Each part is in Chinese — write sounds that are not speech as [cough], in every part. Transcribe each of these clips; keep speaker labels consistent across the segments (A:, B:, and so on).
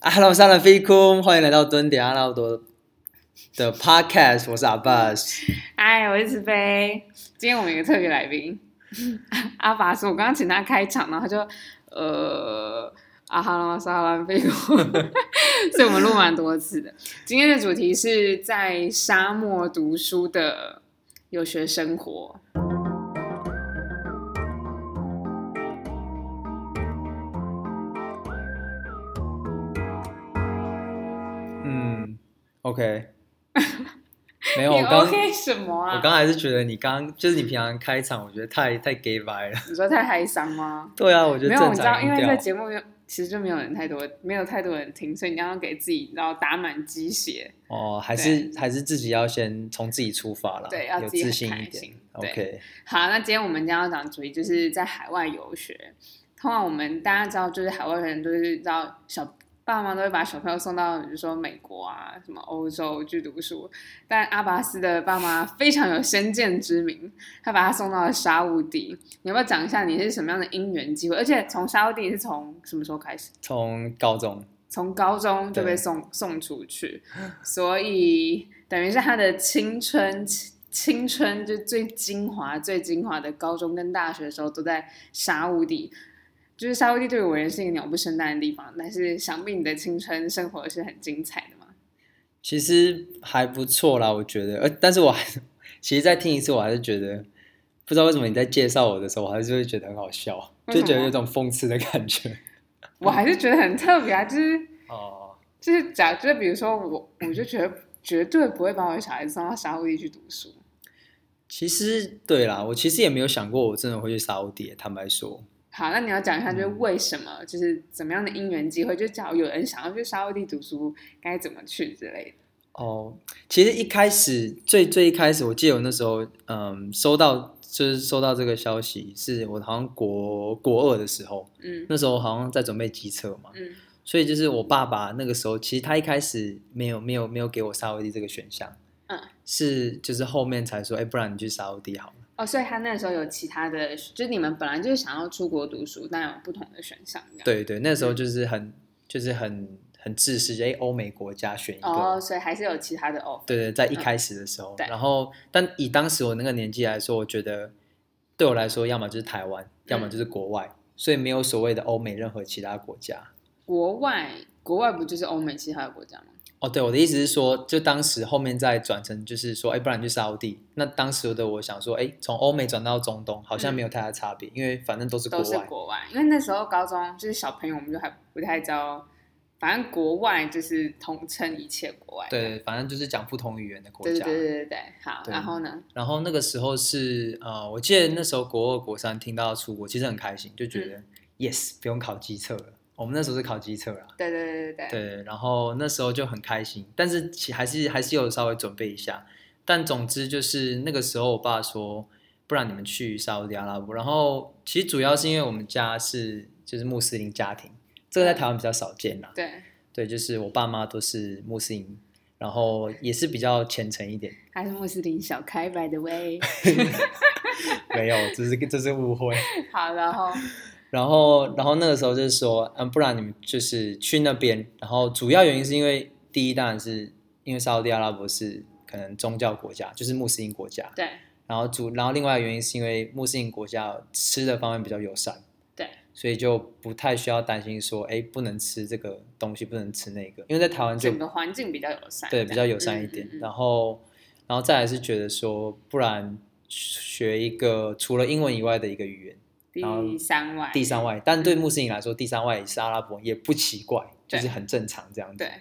A: 阿拉啊萨拉菲空，欢迎来到蹲点阿拉多的 Podcast，我是阿巴斯。
B: 嗨，哎我是慈飞。今天我们有个特别来 [laughs] 宾，阿法斯。我刚刚请他开场，然后他就呃啊哈啦沙拉飞 [laughs] 过，所以我们录蛮多次的。今天的主题是在沙漠读书的游学生活。
A: 嗯，OK，没有，
B: 你
A: 我刚
B: OK 什么
A: 我
B: 啊？
A: 刚还是觉得你刚就是你平常开场，我觉得太太 gay 白了。
B: 你说太嗨桑吗？
A: 对啊，我觉得
B: 没有，
A: 正
B: 你知道，
A: 常
B: 因
A: 音
B: 为
A: 调
B: 这。节目就其实就没有人太多，没有太多人听，所以你要给自己然后打满鸡血。
A: 哦，还是还是自己要先从自己出发啦，
B: 对要
A: 有
B: 自己
A: 自
B: 很
A: 信
B: 开
A: 一点
B: 心。对
A: OK，
B: 好，那今天我们将要讲的主题就是在海外游学。通常我们大家知道，就是海外人都是知道小爸妈都会把小朋友送到，比如说美国啊、什么欧洲去读书。但阿拔斯的爸妈非常有先见之明，他把他送到了沙乌地。你要不要讲一下你是什么样的因缘机会？而且从沙乌地你是从什么时候开始？
A: 从高中
B: 从高中就
A: 对
B: 被送送出去，所以等于是他的青春青春就最精华、最精华的高中跟大学的时候都在沙乌地。就是沙乌地对我而言是一个鸟不生蛋的地方，但是想必你的青春生活是很精彩的嘛。
A: 其实还不错啦，我觉得。呃，但是我还是其实再听一次，我还是觉得不知道为什么你在介绍我的时候，我还是会觉得很好笑，
B: 为
A: 就
B: 什
A: 觉得
B: 么
A: 有种讽刺的感觉。
B: 我还是觉得很特别啊，就是
A: 哦，
B: 就是假，就是比如说我，我就觉得绝对不会把我的小孩子送到沙乌地去读书。
A: [laughs] 其实对啦，我其实也没有想过我真的会去沙乌地，坦白说。
B: 好，那你要讲一下，就是
A: 嗯
B: 为什么，就是怎么样的因缘机会，就假如有人想要去沙特地读书，该怎么去之类的。
A: 哦，其实一开始最最一开始，我记得我那时候，嗯，收到就是收到这个消息，是我好像国国二的时候，
B: 嗯
A: 那时候好像在准备机测嘛，
B: 嗯
A: 所以就是我爸爸那个时候，其实他一开始没有没有没有给我沙威地这个选项，
B: 嗯，
A: 是就是后面才说，哎，不然你去沙威地好了。
B: 哦，所以他那时候有其他的，就是你们本来就是想要出国读书，但有不同的选项。这样。
A: 对对，那时候
B: 嗯
A: 就是很就是很很自私，哎，欧美国家选一个，
B: 哦，所以还是有其他的哦。
A: 对对，在一开始的时候，
B: 对
A: 然后但以当时我那个年纪来说，我觉得对我来说，要么就是台湾，要
B: 嗯
A: 么就是国外，所以没有所谓的欧美任何其他国家。
B: 国外，国外不就是欧美其他的国家吗？
A: 哦，对，我的意思是说，就当时后面再转成就是说，哎，不然你去沙乌地。那当时的我想说，哎，从欧美转到中东好像没有太大差别，因为反正都是国
B: 嗯都是
A: 外。
B: 国外，因为那时候高中就是小朋友，我们就还不太知道，反正国外就是统称一切国外。
A: 对，反正就是讲不同语言的国
B: 对对
A: 家。
B: 对对对对。好，
A: 对
B: 然后呢？
A: 然后那个时候是呃，我记得那时候国二国三听到出国，其实很开心，就
B: 嗯
A: 觉得、yes 不用考机测了。我们那时候是考机测啊啦，
B: 对对对对对。
A: 对，然后那时候就很开心，但是其还是还是有稍微准备一下。但总之就是那个时候，我爸说，不然你们去沙特阿拉伯。然后其实主要是因为我们家是就是穆斯林家庭，这个在台湾比较少见啦。
B: 对。
A: 对，就是我爸妈都是穆斯林，然后也是比较虔诚一点。
B: 还是穆斯林小开，by
A: [laughs]
B: the way。
A: 没有，这是这是误会。
B: 好，然后
A: 然后，然后那个时候就是说，嗯，不然你们就是去那边。然后主要原因是因为，第一当然是因为沙特阿拉伯是可能宗教国家，就是穆斯林国家。
B: 对
A: 然后主，然后另外的原因是因为穆斯林国家吃的方面比较友善，
B: 对，
A: 所以就不太需要担心说，哎，不能吃这个东西，不能吃那个。因为在台湾就
B: 整个环境比较友善，
A: 对
B: 这样
A: 比较友善一点。
B: 嗯嗯嗯
A: 然后，然后再来是觉得说，不然学一个除了英文以外的一个语言。然后
B: 第三外，
A: 第三外，但对穆斯林来说，第三外也是阿拉伯，也不奇怪，
B: 嗯对
A: 就是很正常这样子。
B: 对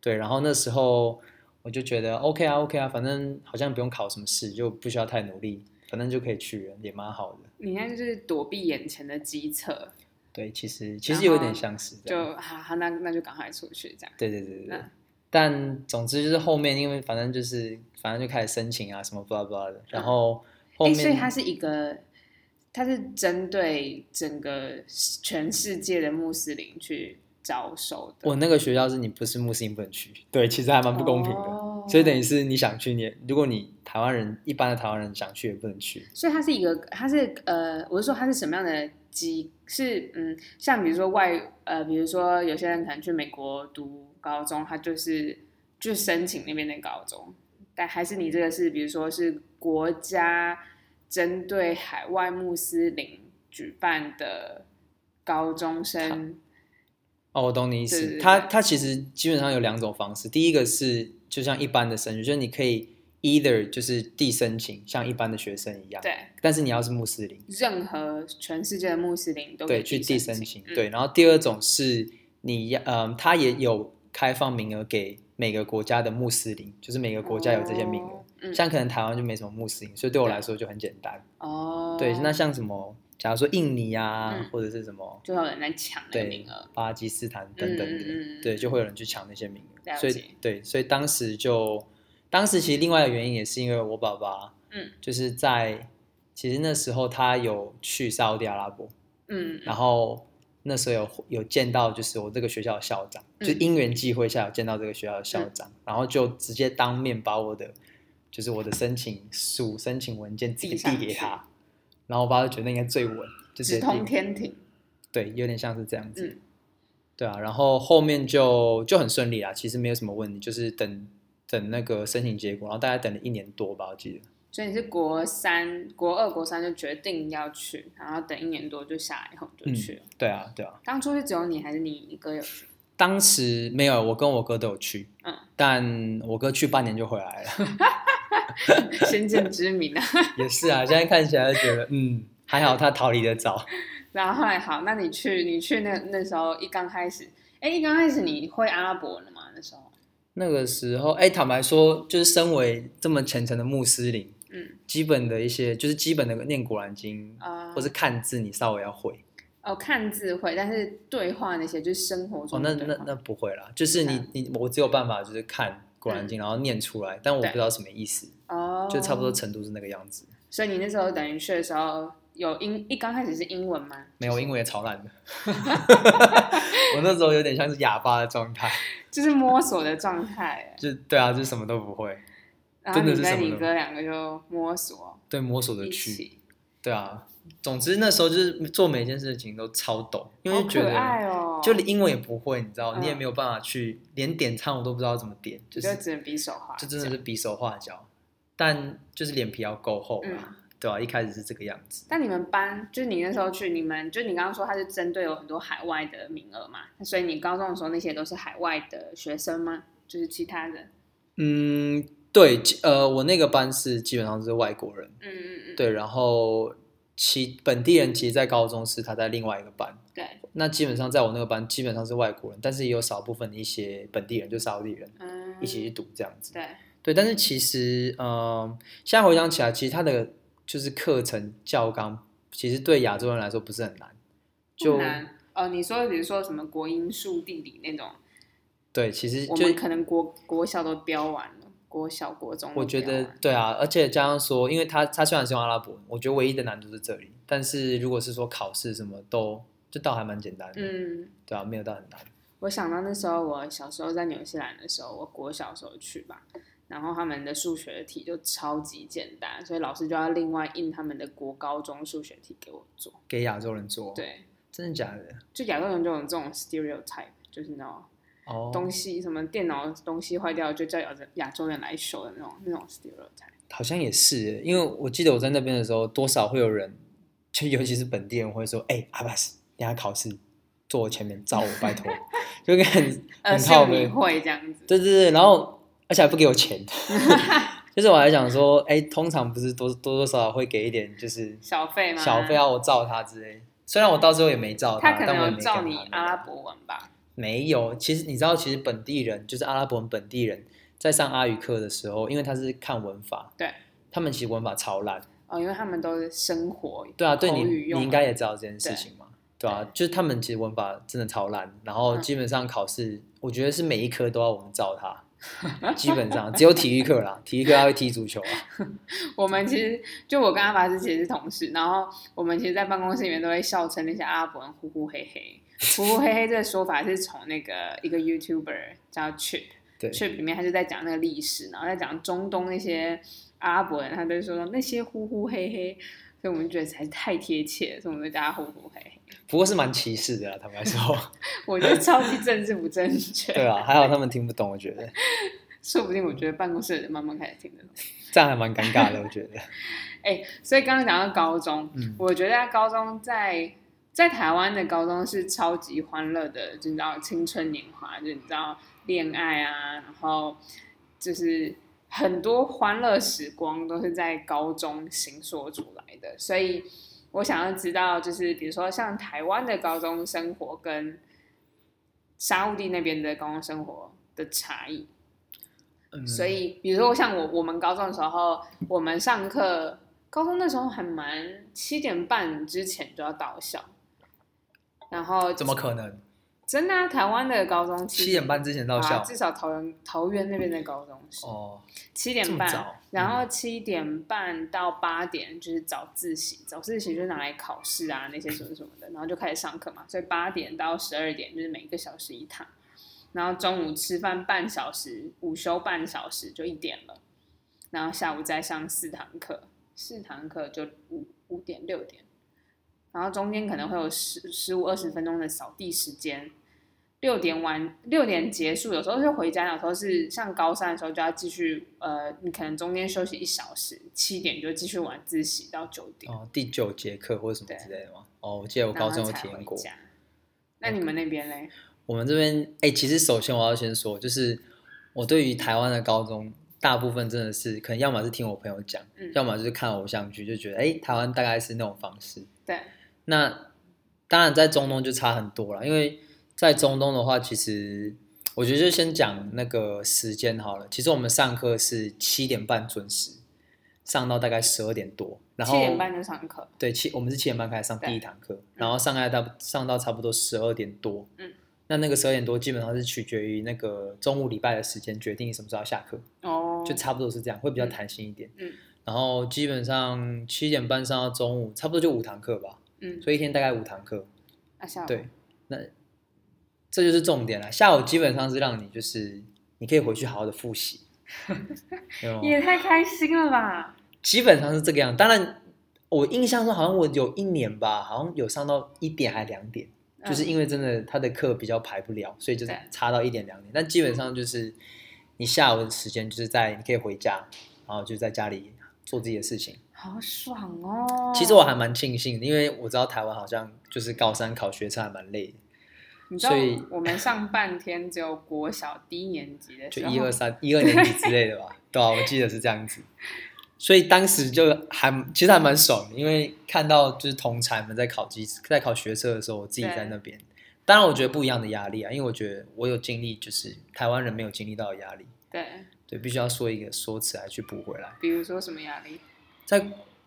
A: 对然后那时候我就觉得 OK 啊，OK 啊，反正好像不用考什么试，就不需要太努力，反正就可以去了，也蛮好的。
B: 你那就是躲避眼前的机测，
A: 对，其实其
B: 然
A: 实有
B: 后
A: 点相似这样。
B: 就好好那那就赶快出去这样。
A: 对对对对对。
B: 嗯
A: 但总之就是后面，因为反正就是反正就开始申请啊，什么 blah blah 的，然后后
B: 诶
A: 面、
B: 所以它是一个，它是针对整个全世界的穆斯林去招收的，
A: 我那个学校是你不是穆斯林不能去，对，其实还蛮不公平的。
B: 哦哦，
A: 所以等于是你想去，你如果你台湾人一般的台湾人想去也不能去。
B: 所以它是一个，它是呃，我是说它是什么样的机？是嗯，像比如说外呃，比如说有些人可能去美国读高中，他就是去申请那边的高中，但还是你这个是，比如说是国家针对海外穆斯林举办的高中生，
A: 哦，我懂你意思。
B: 对对对
A: 它它其实基本上有两种方式，第一个是就像一般的升学，就是你可以 either 就是递申请，像一般的学生一样，
B: 对，
A: 但是你要是穆斯林，
B: 任何全世界的穆斯林都可以
A: 对，去递
B: 递
A: 申
B: 请
A: 请，，
B: 嗯
A: 对。然后第二种是你要，嗯，它也有开放名额给每个国家的穆斯林，就是每个国家有这些名额
B: 哦。嗯
A: 像可能台湾就没什么穆斯林，所以对我
B: 对
A: 来说就很简单。
B: 哦，
A: 对，那像什么，假如说印尼啊，
B: 嗯
A: 或者是什么
B: 就有人在抢那个
A: 对
B: 名额，
A: 巴基斯坦等等的，
B: 嗯嗯嗯嗯
A: 对，就会有人去抢那些名额。
B: 了
A: 所
B: 解
A: 以对，所以当时就，当时其实另外的原因也是因为我爸爸
B: 嗯
A: 就是在，其实那时候他有去沙烏地阿拉伯。
B: 嗯，
A: 然后那时候有有见到，就是我这个学校的校长，
B: 嗯
A: 就因缘际会下有见到这个学校的校长，然后就直接当面把我的就是我的申请书、申请文件自己
B: 递上
A: 递给
B: 去
A: 他，然后我爸就觉得那应该最稳，就直接
B: 啊直
A: 递
B: 通天庭。
A: 对，有点像是这样子，
B: 嗯
A: 对啊，然后后面就就很顺利啊，其实没有什么问题，就是等等那个申请结果，然后大概等了一年多吧，我记得。
B: 所以你是国三、国二、国三就决定要去，然后等一年多就下来以后就去了。
A: 对啊，对啊，
B: 当初是只有你还是你一个有 [laughs] 去？
A: 当时没有，我跟我哥都有去，
B: 嗯
A: 但我哥去半年就回来了。
B: 先见之明啊。 [laughs]
A: 也是啊，现在看起来就觉得，嗯，还好他逃离的早。
B: 然后后来好，那你去你去那那时候一刚开始，哎，一刚开始你会阿拉伯了吗？那时候，
A: 那个时候，哎，坦白说，就是身为这么虔诚的穆斯林，
B: 嗯
A: 基本的一些就是基本的念古兰经，
B: 啊，
A: 或是看字，你稍微要会。
B: 哦看字会，但是对话那些就是生活
A: 哦
B: 中，
A: 那
B: 嗯的对嗯话。
A: 那那不会啦，就是你你我只有办法就是看古兰经，然后念出来，但我不知道什么意思，
B: 嗯哦，
A: 就差不多。程度是那个样子。
B: 所以你那时候等于去的时候有英，一刚开始是英文吗？
A: 没有，英文也超烂的。
B: [laughs]
A: [laughs] 我那时候有点像是哑巴的状态，
B: 就是摸索的状态。
A: 就对啊，就什么都不会，
B: 然后
A: 真的
B: 你
A: 是
B: 跟
A: 什么
B: 你
A: 都
B: 哥两个就摸索
A: 对摸索着
B: 一
A: 去。
B: 起，
A: 对啊，总之那时候就是做每件事情都超抖，因为
B: 好
A: 觉
B: 可
A: 得
B: 爱哦，
A: 就连英文也不会，你知道，
B: 嗯
A: 你也没有办法去连点唱我都不知道怎么点，
B: 就
A: 就是
B: 只能比手画
A: 就
B: 脚，
A: 真的是比手画脚，但就是脸皮要够厚
B: 嗯
A: 啊，对啊，一开始是这个样子，
B: 但你们班就是你那时候去，你们就你刚刚说它是针对有很多海外的名额嘛，所以你高中的时候那些都是海外的学生吗？就是其他的，
A: 嗯，对，基呃，我那个班是基本上是外国人，
B: 嗯嗯嗯，
A: 对，然后其本地人其实，在高中是他在另外一个班，
B: 对，
A: 那基本上在我那个班基本上是外国人，但是也有少部分的一些本地人，就沙地人
B: 嗯，
A: 一起去读这样子。
B: 对，
A: 对，但是其实，嗯，现在回想起来，其实它的就是课程教纲，其实对亚洲人来说不是很难。就
B: 不难哦。你说比如说什么国英数地理那种，
A: 对，其实
B: 我
A: 就
B: 们可能国国小都标完了，国小国中都
A: 我觉
B: 标完
A: 得对啊，而且加上说，因为它它虽然是用阿拉伯文，我觉得唯一的难度是这里，但是如果是说考试什么都，就倒还蛮简单的，
B: 嗯。
A: 对啊，没有到很难。
B: 我想到那时候我小时候在纽西兰的时候，我国小的时候去吧，然后他们的数学题就超级简单，所以老师就要另外印他们的国高中数学题给我做。
A: 给亚洲人做，，
B: 对，
A: 真的假的？
B: 就亚洲人就有这种 stereotype，就是那种
A: 哦，
B: 东西什么电脑东西坏掉就叫亚洲亚洲人来修的那种那种 stereotype。
A: 好像也是耶，因为我记得我在那边的时候，多少会有人，就尤其是本地人会说：“哎、阿巴斯，你要考试，坐我前面，照我，拜
B: [laughs]
A: 托。”就跟很
B: 呃，
A: 很靠
B: 你
A: 背，
B: 会这样子，
A: 对对对，然后而且还不给我
B: [laughs]
A: 钱， [laughs] 就是我还想说，哎、通常不是多多多少少会给一点，就是
B: 小费吗？
A: 小费要我照他之类。虽然我到最后也没照
B: 他可
A: 但我也
B: 能有
A: 没
B: 照
A: 跟
B: 你
A: 他那个
B: 阿拉伯文吧？
A: 没有，其实你知道，其实本地人就是阿拉伯人本地人，在上阿语课的时候，因为他是看文法，
B: 对，
A: 他们其实文法超烂。
B: 哦，因为他们都是生活
A: 对啊，对
B: 口
A: 你
B: 语
A: 你
B: 用
A: 应该也知道这件事
B: 对
A: 情嘛，对啊，就是他们其实文法真的超烂，然后
B: 嗯
A: 基本上考试，我觉得是每一科都要我们照他，
B: [laughs]
A: 基本上只有体育课啦，体育课他会踢足球啊，
B: 我们其实就我跟阿法斯其实是同事，然后我们其实，在办公室里面都会笑称那些阿拉伯人呼呼嘿嘿，呼呼嘿嘿这个说法是从那个一个 YouTuber 叫 Chip
A: 对
B: trip 里面，他就在讲那个历史，然后在讲中东那些阿拉伯人，他就说那些呼呼嘿嘿，所以我们觉得才太贴切，所以我们就叫他呼呼嘿嘿。
A: 不过是蛮歧视的啦，坦白
B: [laughs]
A: 说，
B: 我觉得超级政治不正确，
A: [laughs] 对啊，还好他们听不懂，我觉得
B: 说不定我觉得办公室的人慢慢开始听得懂。
A: 这样还蛮尴尬的，我觉得，
B: 哎、所以刚刚讲到高中，
A: 嗯，
B: 我觉得高中在在台湾的高中是超级欢乐的，就你知道青春年华，就你知道恋爱啊，然后就是很多欢乐时光都是在高中形塑出来的。所以我想要知道，就是比如说像台湾的高中生活跟沙乌地那边的高中生活的差异。
A: 嗯
B: 所以，比如说像我，我们高中的时候，我们上课，高中那时候还蛮七点半之前就要到校，然后
A: 怎么可能
B: 真的、啊？台湾的高中
A: 七点半之前到
B: 啊
A: 校？
B: 至少桃园桃园那边的高中是
A: 哦，这
B: 七点
A: 么
B: 半，
A: 早，
B: 然后
A: 嗯
B: 七点半到八点就是早自习，早自习就拿来考试啊那些什么什么的，然后就开始上课嘛，所以八点到十二点就是每个小时一堂，然后中午吃饭半小时，午休半小时就一点了，然后下午再上四堂课，四堂课就五五点六点，然后中间可能会有十十五二十分钟的扫地时间。六点完，六点结束，有时候是回家，有时候是像高三的时候就要继续，呃，你可能中间休息一小时，七点就继续晚自习到九点，
A: 哦，第九节课或者什
B: 对
A: 么之类的吗？哦，我记得我
B: 然
A: 高
B: 后
A: 中有
B: 才
A: 体
B: 回
A: 验过。
B: 家。那你们那边嘞？
A: 我们这边，哎、其实首先我要先说，就是我对于台湾的高中，大部分真的是可能要么是听我朋友讲，
B: 嗯
A: 要么就是看偶像剧，就觉得哎、诶台湾大概是那种方式。
B: 对，
A: 那当然在中东就差很多了，因为在中东的话，其实我觉得就先讲那个时间好了。其实我们上课是七点半准时，上到大概十二点多，然后
B: 七点半就上课，
A: 对，七我们是七点半开始上
B: 对
A: 第一堂课，然后上来到上到差不多十二点多。
B: 嗯，
A: 那那个十二点多基本上是取决于那个中午礼拜的时间决定你什么时候要下课，
B: 哦，
A: 就差不多是这样，会比较弹性一点。
B: 嗯，
A: 然后基本上七点半上到中午，差不多就五堂课吧，
B: 嗯，
A: 所以一天大概五堂课。
B: 啊，下午
A: 对，那这就是重点了。下午基本上是让你就是你可以回去好好的复
B: [laughs]
A: 习，有没有
B: 也太开心了吧？
A: 基本上是这个样。当然，我印象中好像我有一年吧，好像有上到一点还两点，
B: 嗯
A: 就是因为真的他的课比较排不了，所以就是
B: 对
A: 差到一点两点。但基本上就是你下午的时间就是在你可以回家，然后就在家里做自己的事情。
B: 嗯好爽哦。
A: 其实我还蛮庆幸的，因为我知道台湾好像就是高三考学测还蛮累的，
B: 你知道
A: 所以
B: 我们上半天只有国小低年级的时
A: 就
B: 候，
A: 一二三一二年级之类的吧，对啊，我记得是这样子。所以当时就还其实还蛮爽的，因为看到就是同才们在考机在考学车的时候，我自己在那边。当然，我觉得不一样的压力啊，因为我觉得我有经历，就是台湾人没有经历到的压力，
B: 对，
A: 对，必须要说一个说辞来去补回来，
B: 比如说什么压力？
A: 在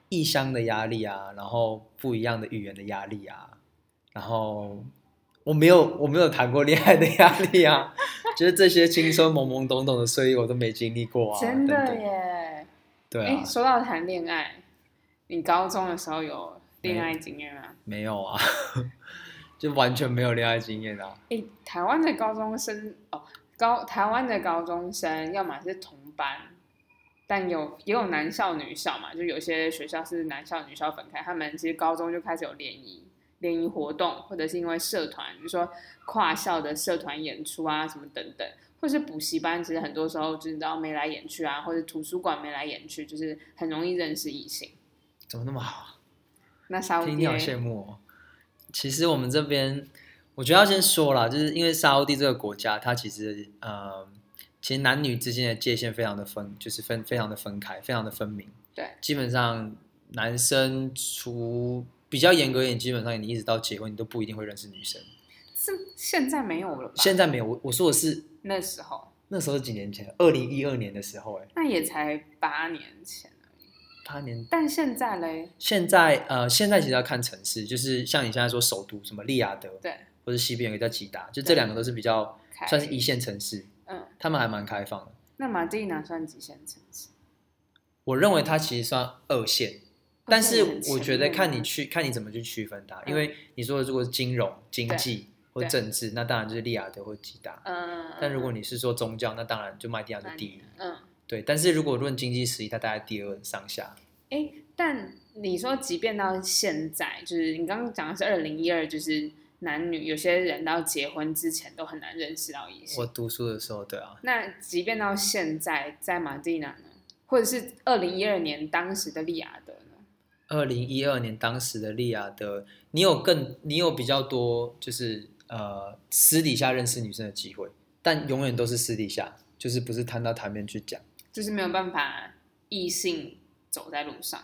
A: 异乡的压力啊，然后不一样的语言的压力啊，然后我没有我没有谈过恋爱的压力啊，就是这些青春懵懵懂懂的岁月我都没经历过啊，等
B: 真的
A: 等
B: 耶。
A: 对
B: 哎、
A: 啊，
B: 说到谈恋爱，你高中的时候有恋爱经验吗？
A: 没有啊， [laughs] 就完全没有恋爱经验啊。
B: 哎、台湾的高中生哦，高台湾的高中生要么是同班，但有也有男校女校嘛，就有些学校是男校女校分开，他们其实高中就开始有联谊。联谊活动，或者是因为社团，比如说跨校的社团演出啊，什么等等，或是补习班，其实很多时候就是你知道眉来眼去啊，或者图书馆眉来眼去，就是很容易认识异性。
A: 怎么那么好？
B: 那沙乌
A: 听
B: 地
A: 你好
B: 嘞
A: 羡慕哦。其实我们这边，我觉得要先说啦，就是因为沙乌地这个国家，它其实呃，其实男女之间的界限非常的分，就是分非常的分开，非常的分明。
B: 对，
A: 基本上男生除比较严格一点，基本上你一直到结婚，你都不一定会认识女生。
B: 是现在没有了吧？
A: 现在没有，我我说的是
B: 那时候，
A: 那时候是几年前，二零一二年的时候、哎，
B: 那也才八年前而已。
A: 八年
B: 但现在嘞，
A: 现在呃，现在其实要看城市，就是像你现在说首都什么利雅得，
B: 对，
A: 或者西边有一个叫吉达，就
B: 对
A: 这两个都是比较
B: 开
A: 算是一线城市，
B: 嗯，
A: 他们还蛮开放的。
B: 那马蒂拿算几线城市？
A: 我认为它其实算二线，
B: 哦
A: 但是我觉得看你去看你怎么去区分它，
B: 嗯
A: 因为你说的如果是金融、经济或
B: 对
A: 政治，那当然就是利雅得或吉大。
B: 嗯，
A: 但如果你是说宗教，那当然就麦地亚是
B: 那
A: 第
B: 你
A: 一，
B: 嗯，
A: 对。但是如果论经济实力，它大概第二上下。
B: 哎，但你说即便到现在，就是你刚刚讲的是二零一二，就是男女有些人到结婚之前都很难认识到异性
A: 我。读书的时候，对啊，
B: 那即便到现在，在马蒂娜呢，或者是二零一二年当时的利雅得呢？
A: 二零一二年当时的利雅得，你有更你有比较多就是呃私底下认识女生的机会，但永远都是私底下，就是不是摊到台面去讲，
B: 就是没有办法异性走在路上。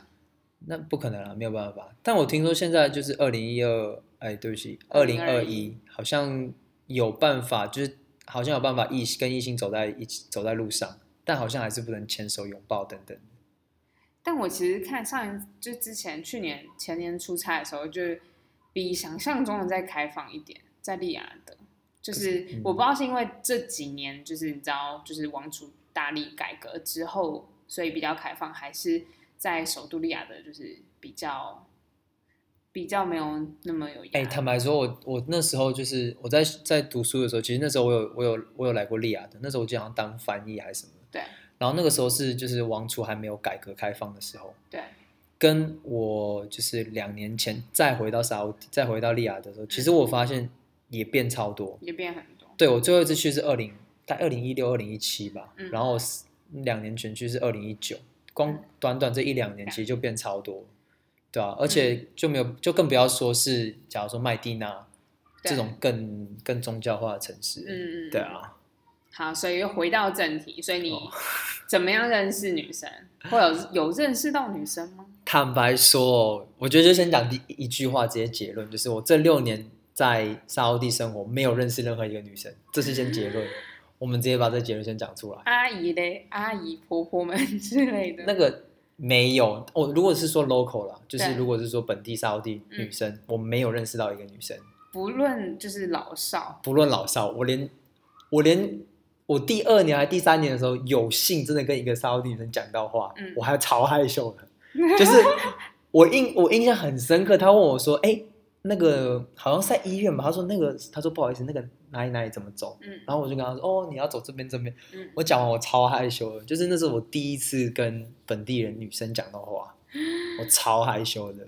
A: 那不可能啊，没有办法。但我听说现在就是二零一二，哎，对不起，二零二一
B: 2021
A: 好像有办法，就是好像有办法异跟异性走在一起走在路上，但好像还是不能牵手、拥抱等等。
B: 但我其实看上一就之前去年前年出差的时候，就比想象中的再开放一点，在利雅得，就是
A: 嗯
B: 我不知道是因为这几年就是你知道就是王储大力改革之后，所以比较开放，还是在首都利雅得就是比较比较没有那么有压
A: 哎、
B: 力。
A: 坦白说，我我那时候就是我在在读书的时候，其实那时候我有我有我有来过利雅的，那时候我记得好像当翻译还是什么。
B: 对
A: 然后那个时候是就是王储还没有改革开放的时候，
B: 对，
A: 跟我就是两年前再回到沙烏地再回到利雅的时候，其实我发现也变超多。
B: 也变很多。
A: 对我最后一次去是二零，在二零一六、二零一七吧，
B: 嗯
A: 然后是两年前去是二零一九，光
B: 嗯
A: 短短这一两年，其实就变超多，对啊，而且就没有，就更不要说是，假如说麦地那
B: 对
A: 这种更更宗教化的城市，
B: 嗯嗯，嗯
A: 对。啊，
B: 好，所以又回到正题，所以你
A: 哦
B: [laughs] 怎么样认识女生？或有有认识到女生吗？
A: 坦白说，哦我觉得就先讲第一句话，直接结论，就是我这六年在沙欧地生活，没有认识任何一个女生，这是先结
B: [laughs]
A: 论，我们直接把这结论先讲出来。
B: 阿姨嘞，阿姨婆婆们 [laughs] 之类的。
A: 那个没有，我、如果是说 local 啦，就是
B: 对嗯
A: 如果是说本地沙烏地女生，我没有认识到一个女生，
B: 不论就是老少，
A: 不论老少，我连我连我第二年还第三年的时候，有幸真的跟一个沙烏地女生讲到话，
B: 嗯
A: 我还超害羞的，就是我印我印象很深刻，她问我说，哎、那个好像是在医院吧，她说那个，她说不好意思，那个哪里哪里怎么走？
B: [laughs] 嗯
A: 然后我就跟她说，哦，你要走这边这边。
B: 嗯，
A: 我讲完我超害羞的，就是那是我第一次跟本地人女生讲到话，我超害羞的。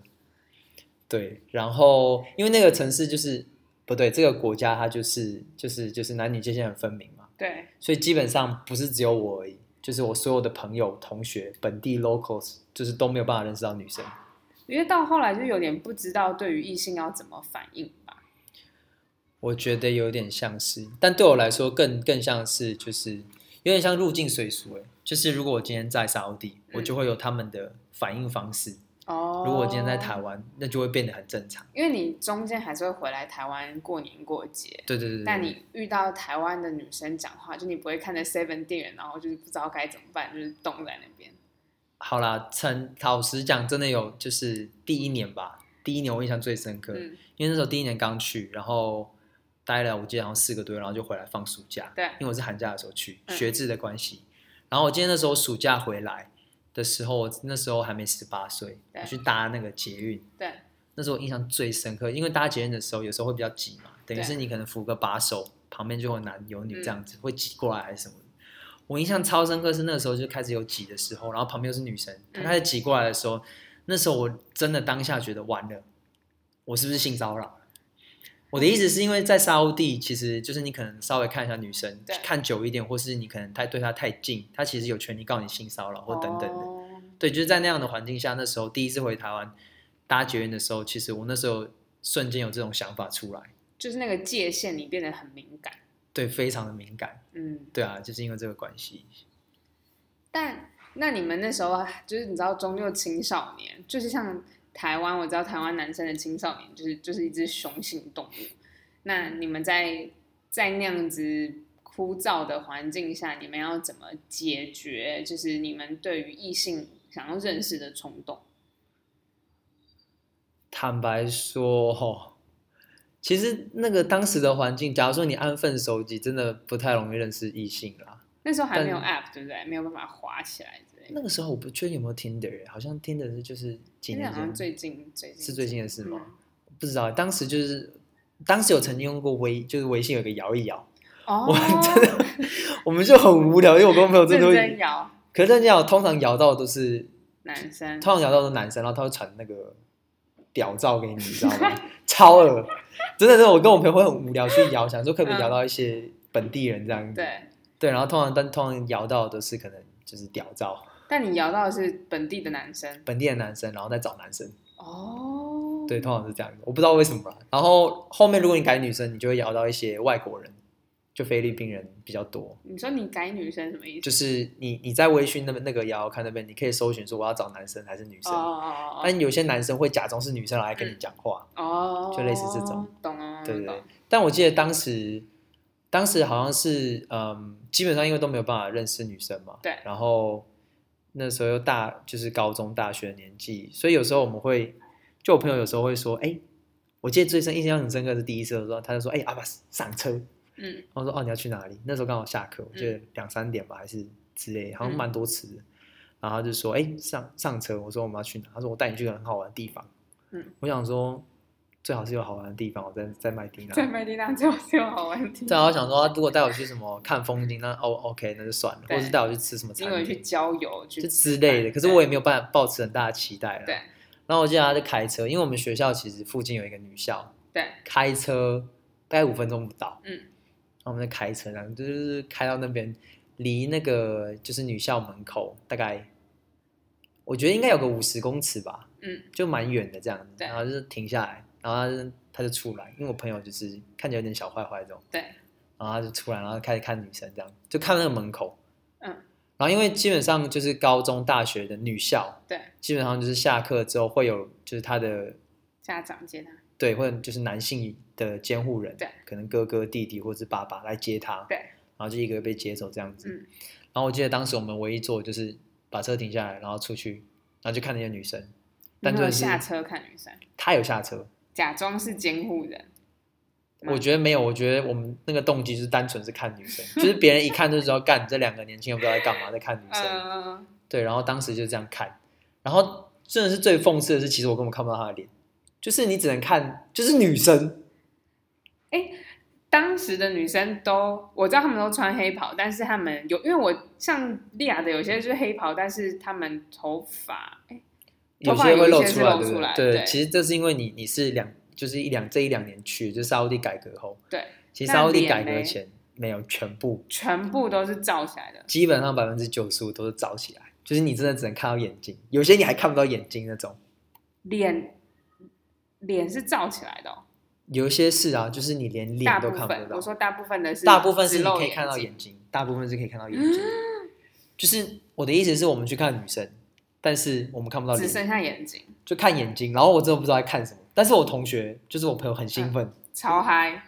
A: 对，然后因为那个城市就是不对，这个国家它就是就是就是男女界限很分明嘛，
B: 对，
A: 所以基本上不是只有我而已，就是我所有的朋友、同学、本地 locals，就是都没有办法认识到女生。
B: 因为到后来就有点不知道对于异性要怎么反应吧。
A: 我觉得有点像是，但对我来说更更像是就是有点像入境随俗哎，就是如果我今天在沙烏地，我就会有他们的反应方式；
B: 哦，
A: 如果我今天在台，湾，那就会变得很正常。
B: 因为你中间还是会回来台湾过年过节，
A: 对对对对。
B: 但你遇到台湾的女生讲话，就你不会看着 Seven 店员，然后就是不知道该怎么办，就是冻在那边。
A: 好啦，陈老实讲，真的有就是第一年吧，第一年我印象最深刻，
B: 嗯，
A: 因为那时候第一年刚去，然后待了我记得好像四个多月，然后就回来放暑假。
B: 对，
A: 因为我是寒假的时候去，
B: 嗯
A: 学制的关系。然后我今天那时候暑假回来的时候，我那时候还没十八岁，
B: 对
A: 我去搭那个捷运，
B: 对，
A: 那时候我印象最深刻，因为搭捷运的时候有时候会比较挤嘛，等于
B: 对嗯
A: 是你可能扶个把手，旁边就有男有女这样子，会挤过来还是什么的。我印象超深刻是那个时候就开始有挤的时候，然后旁边又是女生，她
B: 嗯
A: 开始挤过来的时候，那时候我真的当下觉得完了，我是不是性骚扰？我的意思是因为在沙乌地，其实就是你可能稍微看一下女生
B: 对，
A: 看久一点，或是你可能太对她太近，她其实有权利告你性骚扰或等等的。
B: 哦
A: 对，就是在那样的环境下，那时候第一次回台湾搭捷运的时候，其实我那时候瞬间有这种想法出来，
B: 就是那个界限你变得很敏感。
A: 对，非常的敏感，
B: 嗯，
A: 对啊，就是因为这个关系。
B: 但那你们那时候啊就是你知道，终究青少年，就是像台湾，我知道台湾男生的青少年就是就是一只雄性动物。那你们在在那样子枯燥的环境下，你们要怎么解决？就是你们对于异性想要认识的冲动？
A: 坦白说，吼，其实那个当时的环境，假如说你按分手机，真的不太容易认识异性啦。
B: 那时候还没有
A: 但
B: app，对不对？没有办法滑起来之类的。
A: 那个时候我不确定有没有 Tinder，好欸像 Tinder 是就是几
B: 现在
A: 年
B: 好像
A: 前
B: 最近最近
A: 是最近的事吗？
B: 嗯
A: 欸不知道，当时就是当时有曾经用过微，就是微信有个摇一摇，
B: 哦，
A: 我真的我们就很无聊，因为我跟我朋友真的
B: 认真
A: 会，
B: 摇
A: 可是真的要通常摇到都是
B: 男生，
A: 通常聊到的男生，然后他会传那个屌照给你，你知道吗？ [laughs] 超恶，真的是我跟我朋友会很无聊去聊，想说可不可以聊到一些本地人这样。
B: 嗯对，
A: 对，然后通常但通常聊到的是可能就是屌照
B: 但你摇到的是本地的男生
A: 本地的男生，然后再找男生。
B: 哦，
A: 对，通常是这样子，我不知道为什么啦。然后后面如果你改女生，你就会聊到一些外国人，就菲律宾人比较多。
B: 你说你改女生什么意思？
A: 就是你你在微醺那边那个摇摇看那边，你可以搜寻说我要找男生还是女
B: 哦
A: 生，啊
B: 哦哦
A: 但有些男生会假装是女生来跟你讲话。
B: 哦哦，
A: 就类似这种，
B: 懂哦，
A: 对对对
B: 懂，
A: 但我记得当时，当时好像是嗯，基本上因为都没有办法认识女生嘛，
B: 对
A: 然后那时候又大就是高中大学年纪，所以有时候我们会，就我朋友有时候会说，哎、我记得最深印象很深刻是第一次的时候，他就说，哎、阿爸上车，
B: 嗯
A: 然后说哦你要去哪里？那时候刚好下课，我记得两三点吧还是之类，
B: 嗯
A: 好像蛮多次的。然后他就说哎、上上车，我说我们要去哪？他说我带你去个很好玩的地方。
B: 嗯，
A: 我想说最好是有好玩的地方，我再再麦迪娜。
B: 在麦地那就就好问题，
A: 对啊，我想说，如果带我去什么看风景，那哦 OK，那就算了，
B: 对
A: 或是带我去吃什么
B: 因为
A: 餐
B: 去
A: 厅，
B: 郊游去
A: 就之类的。可是
B: 对
A: 我也没有办法抱持很大的期待了。
B: 对
A: 然后我记得他在开车，因为我们学校其实附近有一个女校，
B: 对，
A: 开车大概五分钟不到，
B: 嗯
A: 然后我们在开车，然后就是开到那边，离那个就是女校门口大概，我觉得应该有个五十公尺吧，
B: 嗯，
A: 就蛮远的这样子。
B: 对
A: 然后就是停下来，然后他就他就出来，因为我朋友就是看起来有点小坏坏这种。
B: 对，
A: 然后他就出来，然后开始看女生，这样就看那个门口。
B: 嗯。
A: 然后因为基本上就是高中、大学的女校，
B: 对，
A: 基本上就是下课之后会有就是他的
B: 家长接他，
A: 对，或者就是男性的监护人，
B: 对，
A: 可能哥哥、弟弟或者是爸爸来接他，
B: 对，
A: 然后就一个一个被接走这样子。
B: 嗯
A: 然后我记得当时我们唯一做的就是把车停下来，然后出去，然后就看那些女生，
B: 你
A: 但
B: 没
A: 就
B: 有
A: 是
B: 下车看女生，
A: 他有下车，
B: 假装是监护人，
A: 我觉得没有，我觉得我们那个动机就是单纯是看女生，就是别人一看就知道，干这两个年轻人不知道在干嘛，在看女生。
B: 嗯，
A: 对，然后当时就这样看，然后真的是最讽刺的是，其实我根本看不到她的脸，就是你只能看，就是女生，
B: 当时的女生都，我知道她们都穿黑袍，但是她们有，因为我像莉亚的有些就是黑袍，但是她们头发，哎、头发
A: 些会
B: 有一
A: 露
B: 些是
A: 出来，
B: 露
A: 对不
B: 出
A: 对
B: 来？
A: 对，
B: 对
A: 其实这是因为你你是两，就是一两这一两年去，就是沙烏地改革后，
B: 对，
A: 其实
B: 那
A: 沙烏地
B: 脸
A: 改革
B: 嘞
A: 前没有全部，
B: 全部都是罩起来的，
A: 基本上百分之九十五都是早起来，就是你真的只能看到眼睛，有些你还看不到眼睛那种。
B: 脸脸是罩起来的哦、
A: 有一些是啊，就是你连脸
B: 大
A: 都
B: 部
A: 看
B: 分
A: 不到
B: 我。说大部分的是
A: 大部分是
B: 只
A: 你
B: 露
A: 可以看到
B: 睛嗯
A: 眼睛，大部分是可以看到眼睛。就是我的意思是我们去看女生，但是我们看不到
B: 只
A: 脸，
B: 剩下眼睛，
A: 就看眼睛。然后我真的不知道在看什么，但是我同学就是我朋友很兴奋，
B: 超嗨！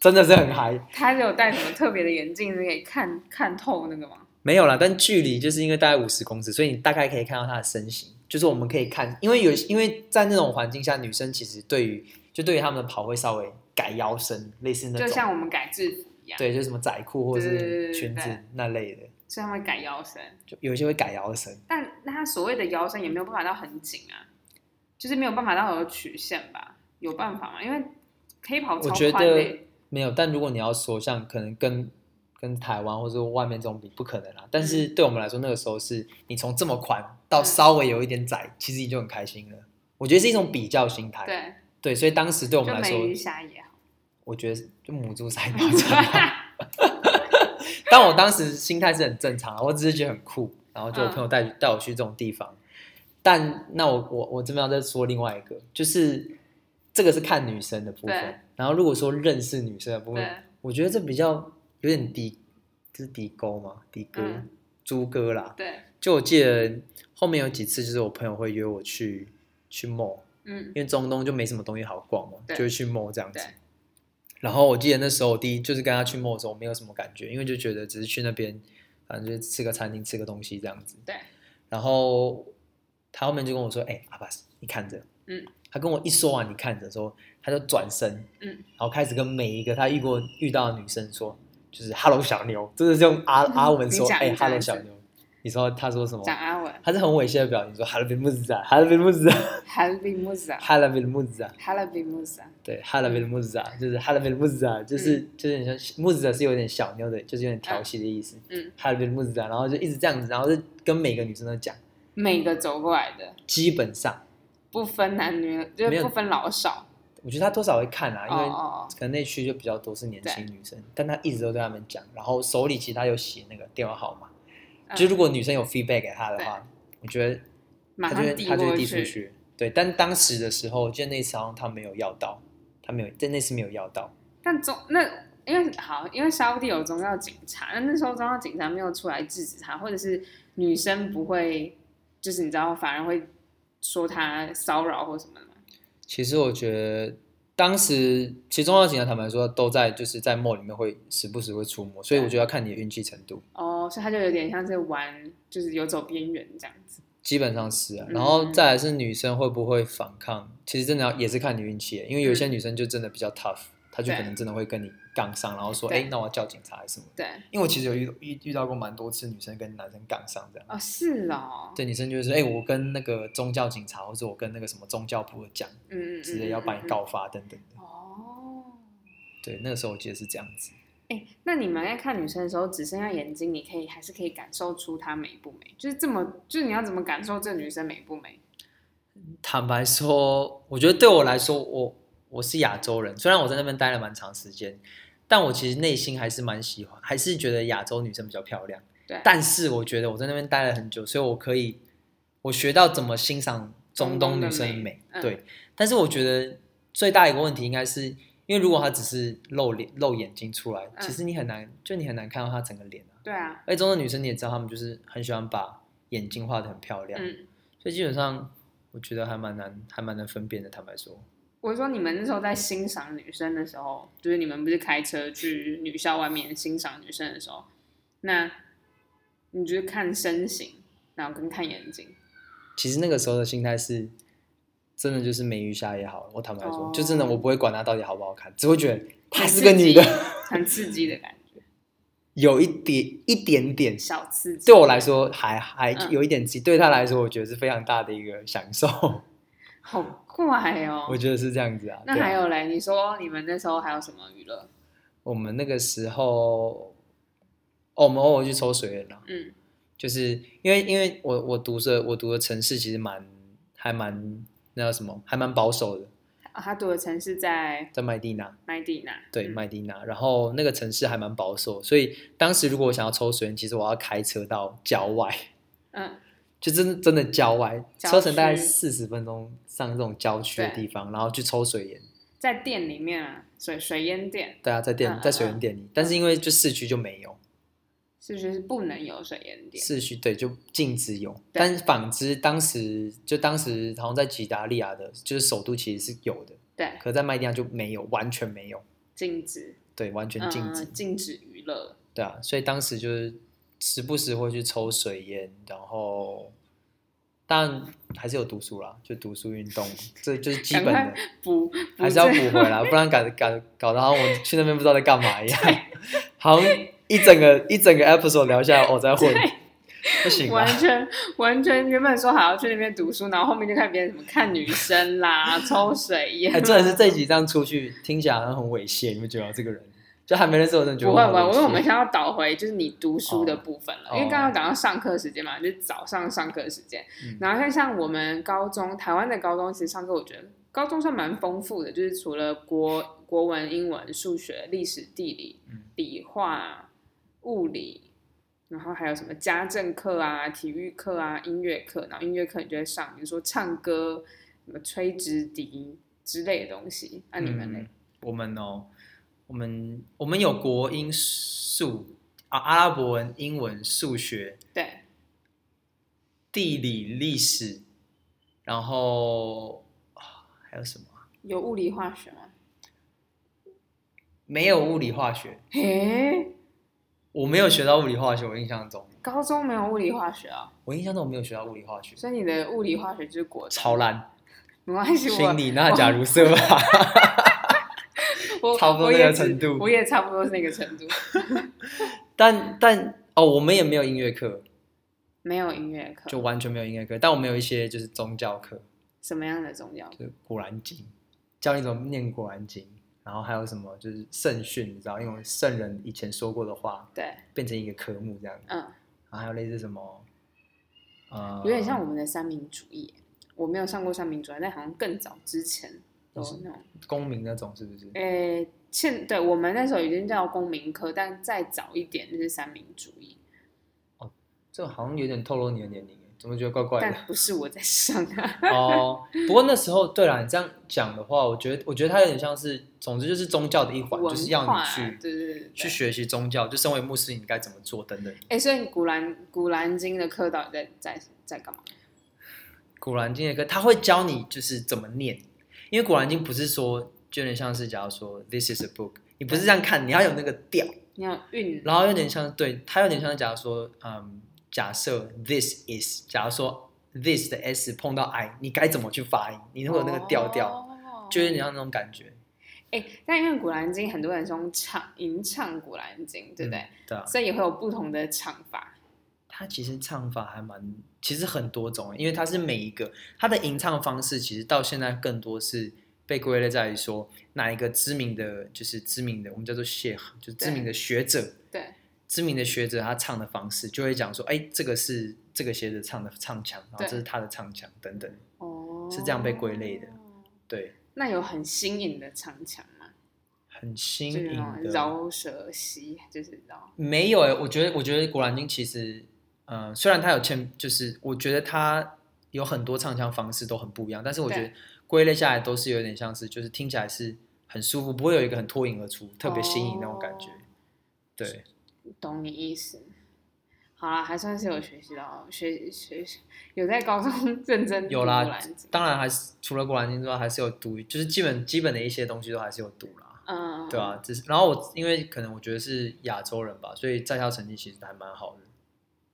A: 真的是很嗨。
B: 他有戴什么特别的眼镜可以看看透那个吗？
A: 没有啦，但距离就是因为大概五十公尺，所以你大概可以看到她的身形。就是我们可以看，因为有因为在那种环境下，女生其实对于就对于她们的跑会稍微改腰身，类似那
B: 就
A: 种，
B: 像我们改制服一样，
A: 对，就是什么窄裤或者
B: 对对
A: 是
B: 对对
A: 裙子
B: 对
A: 那类的，
B: 所以他们改腰身。
A: 就有一些会改腰身。
B: 但那他所谓的腰身也没有办法到很紧啊，就是没有办法到有曲线吧？有办法吗？因为黑袍超
A: 我觉
B: 宽的
A: 得
B: 耶，
A: 没有，但如果你要说像可能跟跟台湾或者外面这种比，不可能啦。但是对我们来说，那个时候是你从这么宽到
B: 嗯
A: 稍微有一点窄，其实你就很开心了。我觉得是一种比较心态，
B: 对，
A: 对所以当时对我们
B: 就
A: 来
B: 美
A: 说
B: 鱼，侠
A: [laughs]
B: 也好， [laughs]
A: 我觉得就母猪赛鸟这样。但我当时心态是很正常的，啊我只是觉得很酷，然后就我
B: 嗯
A: 朋友带带我去这种地方。但那我我我这边要再说另外一个，就是这个是看女生的部
B: 对
A: 分，然后如果说认识女生的部分
B: 对，
A: 我觉得这比较有点低，这是低沟吗？低哥、
B: 嗯
A: 猪哥啦。
B: 对，
A: 就我记得后面有几次，就是我朋友会约我去去 mall，
B: 嗯，
A: 因为中东就没什么东西好逛嘛，就
B: 对
A: 会去 mall 这样子
B: 对。
A: 然后我记得那时候我第一就是跟他去 mall 的时候，我没有什么感觉，因为就觉得只是去那边，反正就是吃个餐厅吃个东西这样子。
B: 对。
A: 然后他后面就跟我说：“哎、阿巴斯，你看着。”
B: 嗯。
A: 他跟我一说完你看着之后，他就转身，
B: 嗯，
A: 然后开始跟每一个他遇
B: [laughs]
A: 过遇到的女生说，就是 “hello 小妞”，就是用阿阿文说：“
B: 你讲
A: 哎、
B: 你
A: h e
B: 讲
A: l l o
B: 一次
A: 小妞。”你说他说什么？
B: 讲阿文
A: 他是很猥亵的表情，说 h a l a b i m u z a h a l a b i m u z a
B: h a l b i m u z a
A: h a l a b i m u z a
B: h a l b i m u z a
A: 对 h a l a b i m u z a 啊就是 h a l a b i m u z a 啊就是就是你说 m u z a 是有点小妞的，就是有点调戏的意思。
B: 嗯嗯，
A: h a l a b i m u z a 啊然后就一直这样子，然后就跟每个女生都讲，
B: 每个走过来的，
A: 基本上
B: 不分男女，就
A: 没
B: 是
A: 有
B: 不分老少。
A: 我觉得他多少会看啊，
B: 哦
A: 因为
B: 哦，哦
A: 可能那区就比较多是年轻女生，但他一直都对他们讲，然后手里其实他有写那个电话号码，
B: 嗯
A: 就是如果女生有 feedback 给他的话，我觉得
B: 马
A: 他就
B: 上
A: 会
B: 递
A: 他就
B: 过
A: 会递出
B: 去，
A: 去。对，但当时的时候，就那次好像他没有要到，他没有，但那次没有要到。
B: 但中那因为好，因为沙烏地有宗教警察，那那时候宗教警察没有出来制止他，或者是女生不会，就是你知道，反而会说他骚扰或什么的嘛。
A: 其实我觉得当时，其实中央警察坦白说都在就是在 mall 里面会时不时会出没，所以我觉得要看你的运气程度，
B: 哦，所以他就有点像是玩，就是游走边缘这样子。
A: 基本上是啊。
B: 嗯
A: 然后再来是女生会不会反抗，其实真的要也是看你运气，因为有些
B: 嗯
A: 女生就真的比较 tough，她就可能真的会跟你杠上，然后说，
B: 对
A: 哎，那我要叫警察还是什么？
B: 对，
A: 因为我其实有遇遇遇到过蛮多次女生跟男生杠上这样。
B: 哦，是哦，
A: 对，女生就是哎、欸我跟那个宗教警察，或者我跟那个什么宗教部的讲，
B: 嗯嗯，
A: 直接要把你
B: 嗯。嗯
A: 告发等等的
B: 嗯。哦，
A: 对，那个时候我记得是这样子。
B: 哎，那你们在看女生的时候，只剩下眼睛，你可以还是可以感受出她美不美？就是这么，就是你要怎么感受这女生美不美？
A: 坦白说，我觉得对我来说，我我是亚洲人，虽然我在那边待了蛮长时间，但我其实内心还是蛮喜欢，还是觉得亚洲女生比较漂亮。
B: 对
A: 但是我觉得我在那边待了很久，所以我可以，我学到怎么欣赏中东女生
B: 中东的美嗯
A: 对，但是我觉得最大一个问题应该是因为如果她只是露脸、露眼睛出来，
B: 嗯
A: 其实你很难，就你很难看到她整个脸啊。
B: 对啊，
A: 而且中东女生你也知道，她们就是很喜欢把眼睛画的很漂亮，
B: 嗯，
A: 所以基本上我觉得还蛮难，还蛮难分辨的。坦白说，
B: 我说你们那时候在欣赏女生的时候，就是你们不是开车去女校外面欣赏女生的时候，那你就是看身形，然后跟看眼睛，
A: 其实那个时候的心态是。真的就是美鱼虾也好，我坦白说
B: 哦
A: 就真的我不会管她到底好不好看，只会觉得她是个女的，
B: 很刺激，很刺激的感觉，
A: [laughs] 有一点一点点，
B: 小刺
A: [laughs]
B: 激。
A: 对我来，说还还
B: 嗯
A: 有一点激，对他来说我觉得是非常大的一个享受，
B: 好怪哦、
A: 我觉得是这样子啊。
B: 那
A: 对啊
B: 还有嘞，你说你们那时候还有什么娱乐？
A: 我们那个时候，哦，我们偶尔去抽水烟啦，
B: 嗯
A: 就是因为因为我我读的我读的城市其实蛮还蛮那叫什么，还蛮保守的，
B: 啊他读的城市在
A: 在麦地那。
B: 麦地那，
A: 对，
B: 嗯
A: 麦地那，然后那个城市还蛮保守，所以当时如果我想要抽水烟，其实我要开车到郊外，
B: 嗯，
A: 就真的真的郊外，
B: 郊
A: 车程大概
B: 区
A: 四十分钟上这种郊区的
B: 对
A: 地方，然后去抽水烟。
B: 在店里面啊，水水烟店，
A: 对啊，在
B: 嗯
A: 店
B: 嗯
A: 在水源店里，但是因为就市区就没有，
B: 是不是不能有水烟店？
A: 市区对就禁止有，但纺织当时就当时好像在吉达利亚的，就是首都其实是有的，
B: 对，
A: 可在麦地那就没有，完全没有，
B: 禁止，
A: 对，完全禁止，
B: 嗯、禁止娱乐。
A: 对啊，所以当时就是时不时会去抽水烟，然后但还是有读书啦，就读书运动，这就是基本
B: 赶
A: 的
B: 快，补，补
A: 还是要补
B: 这
A: 回来，不然搞搞搞得好像我去那边不知道在干嘛一样，好像一整个一整个 episode 聊下来我在混，不行啊
B: 完，全完全原本说好要去那边读书，然后后面就看别人什么看女生啦、抽水烟
A: 哎、，真的是这一集这样出去，听起来好像很猥亵，你们觉得吗这个人就还没认识我，真的觉得
B: 不会不会，
A: 我
B: 因为我
A: 很猥亵
B: 们现在要倒回就是你读书的部分了，
A: 哦
B: 因为刚刚讲到上课时间嘛，就是早上上课时间。
A: 嗯
B: 然后像像我们高中，台湾的高中其实上课，我觉得高中算蛮丰富的，就是除了国国文、英文、数学、历史、地理
A: 嗯、
B: 理化、物理，然后还有什么家政课啊、体育课啊、音乐课，然后音乐课你就会上，比如说唱歌、什么吹直笛之类的东西。那、你们呢？
A: 嗯我们哦，我们我们有国英数啊，阿拉伯文、英文、数学、
B: 对，
A: 地理、历史，然后啊还有什么啊？
B: 有物理化学吗？
A: 没有物理化学，
B: 嘿。
A: 我没有学到物理化学，我印象中，
B: 高中没有物理化学啊，
A: 我印象中我没有学到物理化学，
B: 所以你的物理化学就是国中
A: 超烂，
B: 没关系，我
A: 心理那假如是
B: [laughs]
A: 吧？
B: 我
A: 差不多
B: 我
A: 那个
B: 也只
A: 程度
B: 我也差不多是那个程度。
A: 但但哦，我们也没有音乐课，
B: 没有音乐课，
A: 就完全没有音乐课，但我们有一些就是宗教课，
B: 什么样的宗教？
A: 就是《古兰经》，教你怎么念《古兰经》，然后还有什么就是圣训，你知道，用圣人以前说过的话
B: 对，
A: 变成一个科目这样子，
B: 嗯，
A: 然后还有类似什么，呃，
B: 有点像我们的三民主义。我没有上过三民主义，但好像更早之前有
A: 就是
B: 那种，
A: 公民那种，是不是？
B: 诶、现对我们那时候已经叫公民课，但再早一点就是三民主义，
A: 这好像有点透露你的年龄耶，怎么觉得怪怪的？
B: 但不是我在上啊。
A: [laughs] 哦，不过那时候对啦，你这样讲的话，我觉得我觉得它有点像是，总之就是宗教的一环，[laughs]
B: 文
A: 就是要
B: 化啊
A: 你去
B: 对对对对
A: 去学习宗教，就身为穆斯林该怎么做等等。
B: 哎、所以古兰古兰经的课到底在在在干嘛？
A: 古兰经的课，他会教你就是怎么念，因为古兰经不是说就有点像是，假如说 this is a book，你不是这样看，你要有那个调，
B: 你要运
A: 然后有点像对，它有点像假如说，嗯，假设 this is，假如说 this 的 s 碰到 i，你该怎么去发音，你如果有那个调调，
B: 哦
A: 就有点像那种感觉，
B: 哎、但因为古兰经很多人是用唱吟唱古兰经，对不对？
A: 嗯对啊。
B: 所以也会有不同的唱法。
A: 它其实唱法还蛮，其实很多种，因为它是每一个它的吟唱方式，其实到现在更多是被归类在于说哪一个知名的，就是知名的，我们叫做 sheikh，就是知名的学者，
B: 对，
A: 知名的学者他唱的方式，就会讲说，哎，这个是这个学者唱的唱腔，然后
B: 对
A: 这是他的唱腔等等，
B: 哦，
A: 是这样被归类的。对，
B: 那有很新颖的唱腔吗？
A: 很新
B: 就是
A: 颖
B: 那种
A: 的。
B: 饶舌西，就是饶
A: 没有哎、我觉得我觉得《古兰经》其实，呃，虽然它有欠，就是我觉得它有很多唱腔方式都很不一样，但是我觉得
B: 对
A: 归类下来都是有点像是，就是听起来是很舒服，不会有一个很脱颖而出、特别新颖那种感觉。
B: 哦
A: 对，
B: 懂你意思。好啦，还算是有学习到学学学有在高中 [laughs] 认真
A: 有
B: 读古
A: 啦
B: 兰经，
A: 当然还是除了《古兰经》之外，还是有读，就是基本基本的一些东西都还是有读啦。
B: 嗯，
A: 对啊，只是然后我因为可能我觉得是亚洲人吧，所以在校成绩其实还蛮好的，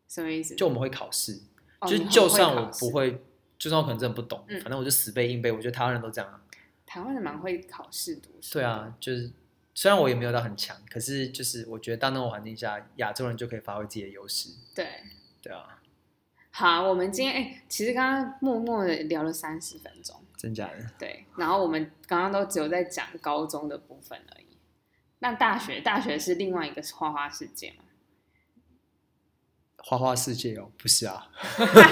B: 什么意思？
A: 就我们会考试。
B: 哦
A: 就
B: 你很
A: 就
B: 会
A: 算
B: 考
A: 我不
B: 试，
A: 会，就算我可能真的不懂，
B: 嗯
A: 反正我就死背硬背。我觉得台湾人都这样啊。
B: 台湾人蛮会考试读书。
A: 对，啊，就是虽然我也没有到很强，可是就是我觉得到那种环境下，亚洲人就可以发挥自己的优势。
B: 对。
A: 对啊，
B: 好，我们今天哎、其实刚刚默默的聊了三十分钟，
A: 真假的？
B: 对，然后我们刚刚都只有在讲高中的部分而已。那大学，大学是另外一个花花世界嘛？
A: 花花世界哦，不是啊，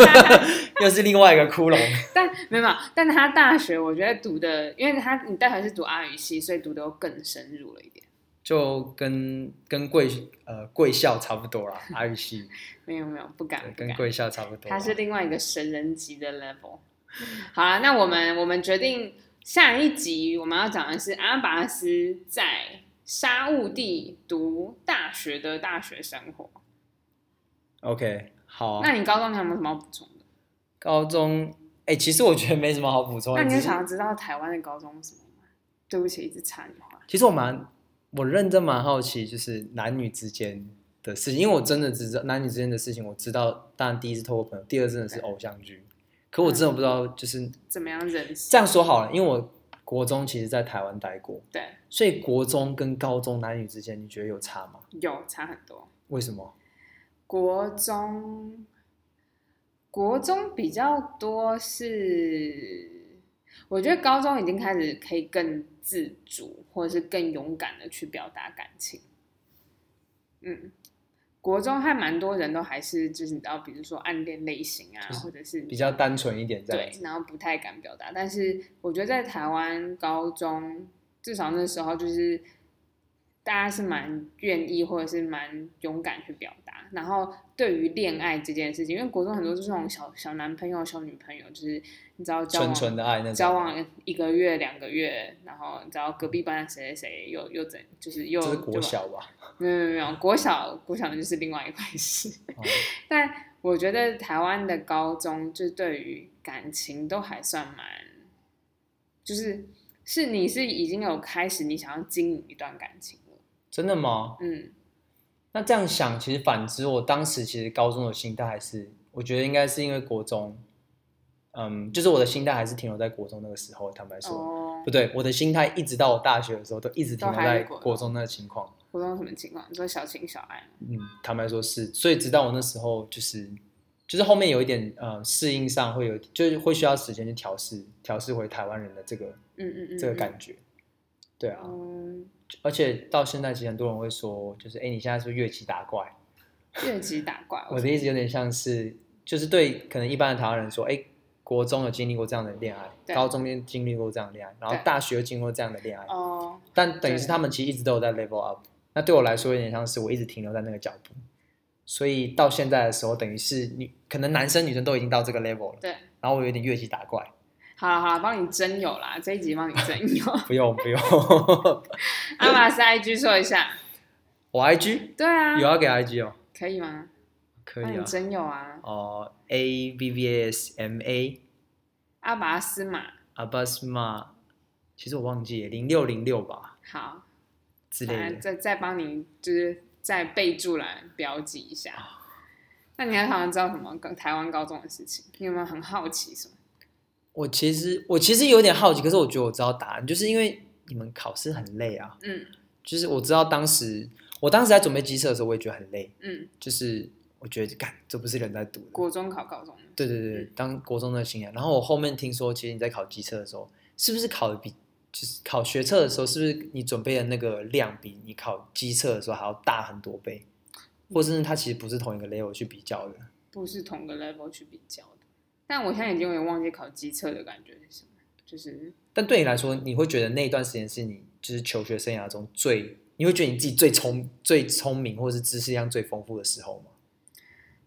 A: [laughs] 又是另外一个窟窿。
B: 但没有，没有但他大学我觉得读的，因为他你大学是读阿语系，所以读的又更深入了一点。
A: 就跟跟贵呃贵校差不多啦，阿语系
B: 没有没有，不敢
A: 对
B: 不
A: 跟
B: 敢，
A: 贵校差不多啦。啊
B: 他是另外一个神人级的 level。好了，那我
A: 嗯
B: 们我们决定下一集我们要讲的是阿拔斯在沙悟地读大学的大学生活。
A: OK 好啊、
B: 那你高中你有没有什么要补充的？
A: 高中哎、其实我觉得没什么好补充的。
B: 那你有
A: 只是
B: 想要知道台湾的高中是什么吗？对不起，一直插你话。
A: 其实我蛮，我认真蛮好奇，就是男女之间的事情，因为我真的只知道男女之间的事情，我知道，当然第一是透过朋友，第二真的是偶像剧，可我真的不知道，就是
B: 怎么样认识？
A: 这样说好了，因为我国中其实在台湾待过，
B: 对，
A: 所以国中跟高中男女之间，你觉得有差吗？
B: 有差很多。
A: 为什么？
B: 国中，国中比较多是，我觉得高中已经开始可以更自主，或者是更勇敢的去表达感情。嗯，国中还蛮多人都还是就是你知道，比如说暗恋类型啊，
A: 就是
B: 或者是
A: 比较单纯一点这样
B: 对
A: 子，，
B: 然后不太敢表达。但是我觉得在台湾高中，至少那时候就是大家是蛮愿意或者是蛮勇敢去表达。然后对于恋爱这件事情，因为国中很多就是那种小小男朋友、小女朋友，就是你知道交
A: 纯
B: 往
A: 纯的爱那种。
B: 交往一个月、两个月，然后你知道隔壁班的谁谁谁又又怎，就是又
A: 这是
B: 对
A: 国
B: 吧
A: 小吧？
B: 没有没有没有，国小国小的就是另外一回事。
A: 哦
B: 但我觉得台湾的高中就对于感情都还算蛮，就是是你是已经有开始你想要经营一段感情了，
A: 真的吗？
B: 嗯，
A: 那这样想，其实反之，我当时其实高中的心态还是，我觉得应该是因为国中，嗯，就是我的心态还是停留在国中那个时候。坦白说，
B: 哦
A: 不，对，我的心态一直到我大学的时候都一直停留
B: 都
A: 在
B: 还是国中
A: 国中那个情况。
B: 国中什么情况？你说小情小爱吗？
A: 嗯，坦白说是，所以直到我那时候就是就是后面有一点呃适应上会有，就是会需要时间去调试，调试回台湾人的这个
B: 嗯嗯嗯，
A: 这个感觉。对
B: 觉
A: 啊，
B: 嗯，
A: 而且到现在其实很多人会说，就是哎，诶你现在是不是越级打怪？
B: 越级打怪，
A: [laughs] 我的意思有点像是，就是对可能一般的台湾人说，哎，国中有经历过这样的恋爱，
B: 对
A: 高中也经历过这样的恋爱，然后
B: 对
A: 大学又经历过这样的恋爱，
B: 哦，
A: 但等于是
B: 对
A: 他们其实一直都有在 level up。那对我来说有点像是我一直停留在那个脚步，所以到现在的时候，等于是女可能男生女生都已经到这个 level 了，
B: 对，
A: 然后我有点越级打怪，
B: 好了好了，帮你征友啦，这一集帮你征友。 [laughs]
A: 不用不用， [laughs]
B: 阿玛斯 IG 说一下，
A: 我 IG
B: 对啊，
A: 有要给 IG 哦，
B: 可以吗？
A: 可
B: 帮
A: 以
B: 你
A: 啊，
B: 征友啊，
A: 哦 A V V A S M A
B: 阿拔斯玛，
A: Abasma，其实我忘记零六零六吧
B: 好，
A: 之
B: 反
A: 类
B: 正
A: 的，
B: 再再帮你就是在备注栏标记一下。
A: 哦
B: 那你还想知道什么跟台湾高中的事情？你有没有很好奇什么？
A: 我其实我其实有点好奇，可是我觉得我知道答案，就是因为你们考试很累啊，
B: 嗯
A: 就是我知道当时，我当时在准备机测的时候，我也觉得很累，
B: 嗯，
A: 就是我觉得，干，这不是人在读的。
B: 国中考高中，
A: 对对对，
B: 嗯
A: 当国中的心啊。然后我后面听说，其实你在考机测的时候，是不是考的比就是考学测的时候，是不是你准备的那个量比你考机测的时候还要大很多倍，或
B: 嗯
A: 者是它其实不是同一个 level 去比较的？
B: 不是同个 level 去比较的。但我现在已经有点忘记考机测的感觉是什么，就是
A: 但对你来说，你会觉得那一段时间是你就是求学生涯中最，你会觉得你自己最聪最聪明，或者是知识量最丰富的时候吗？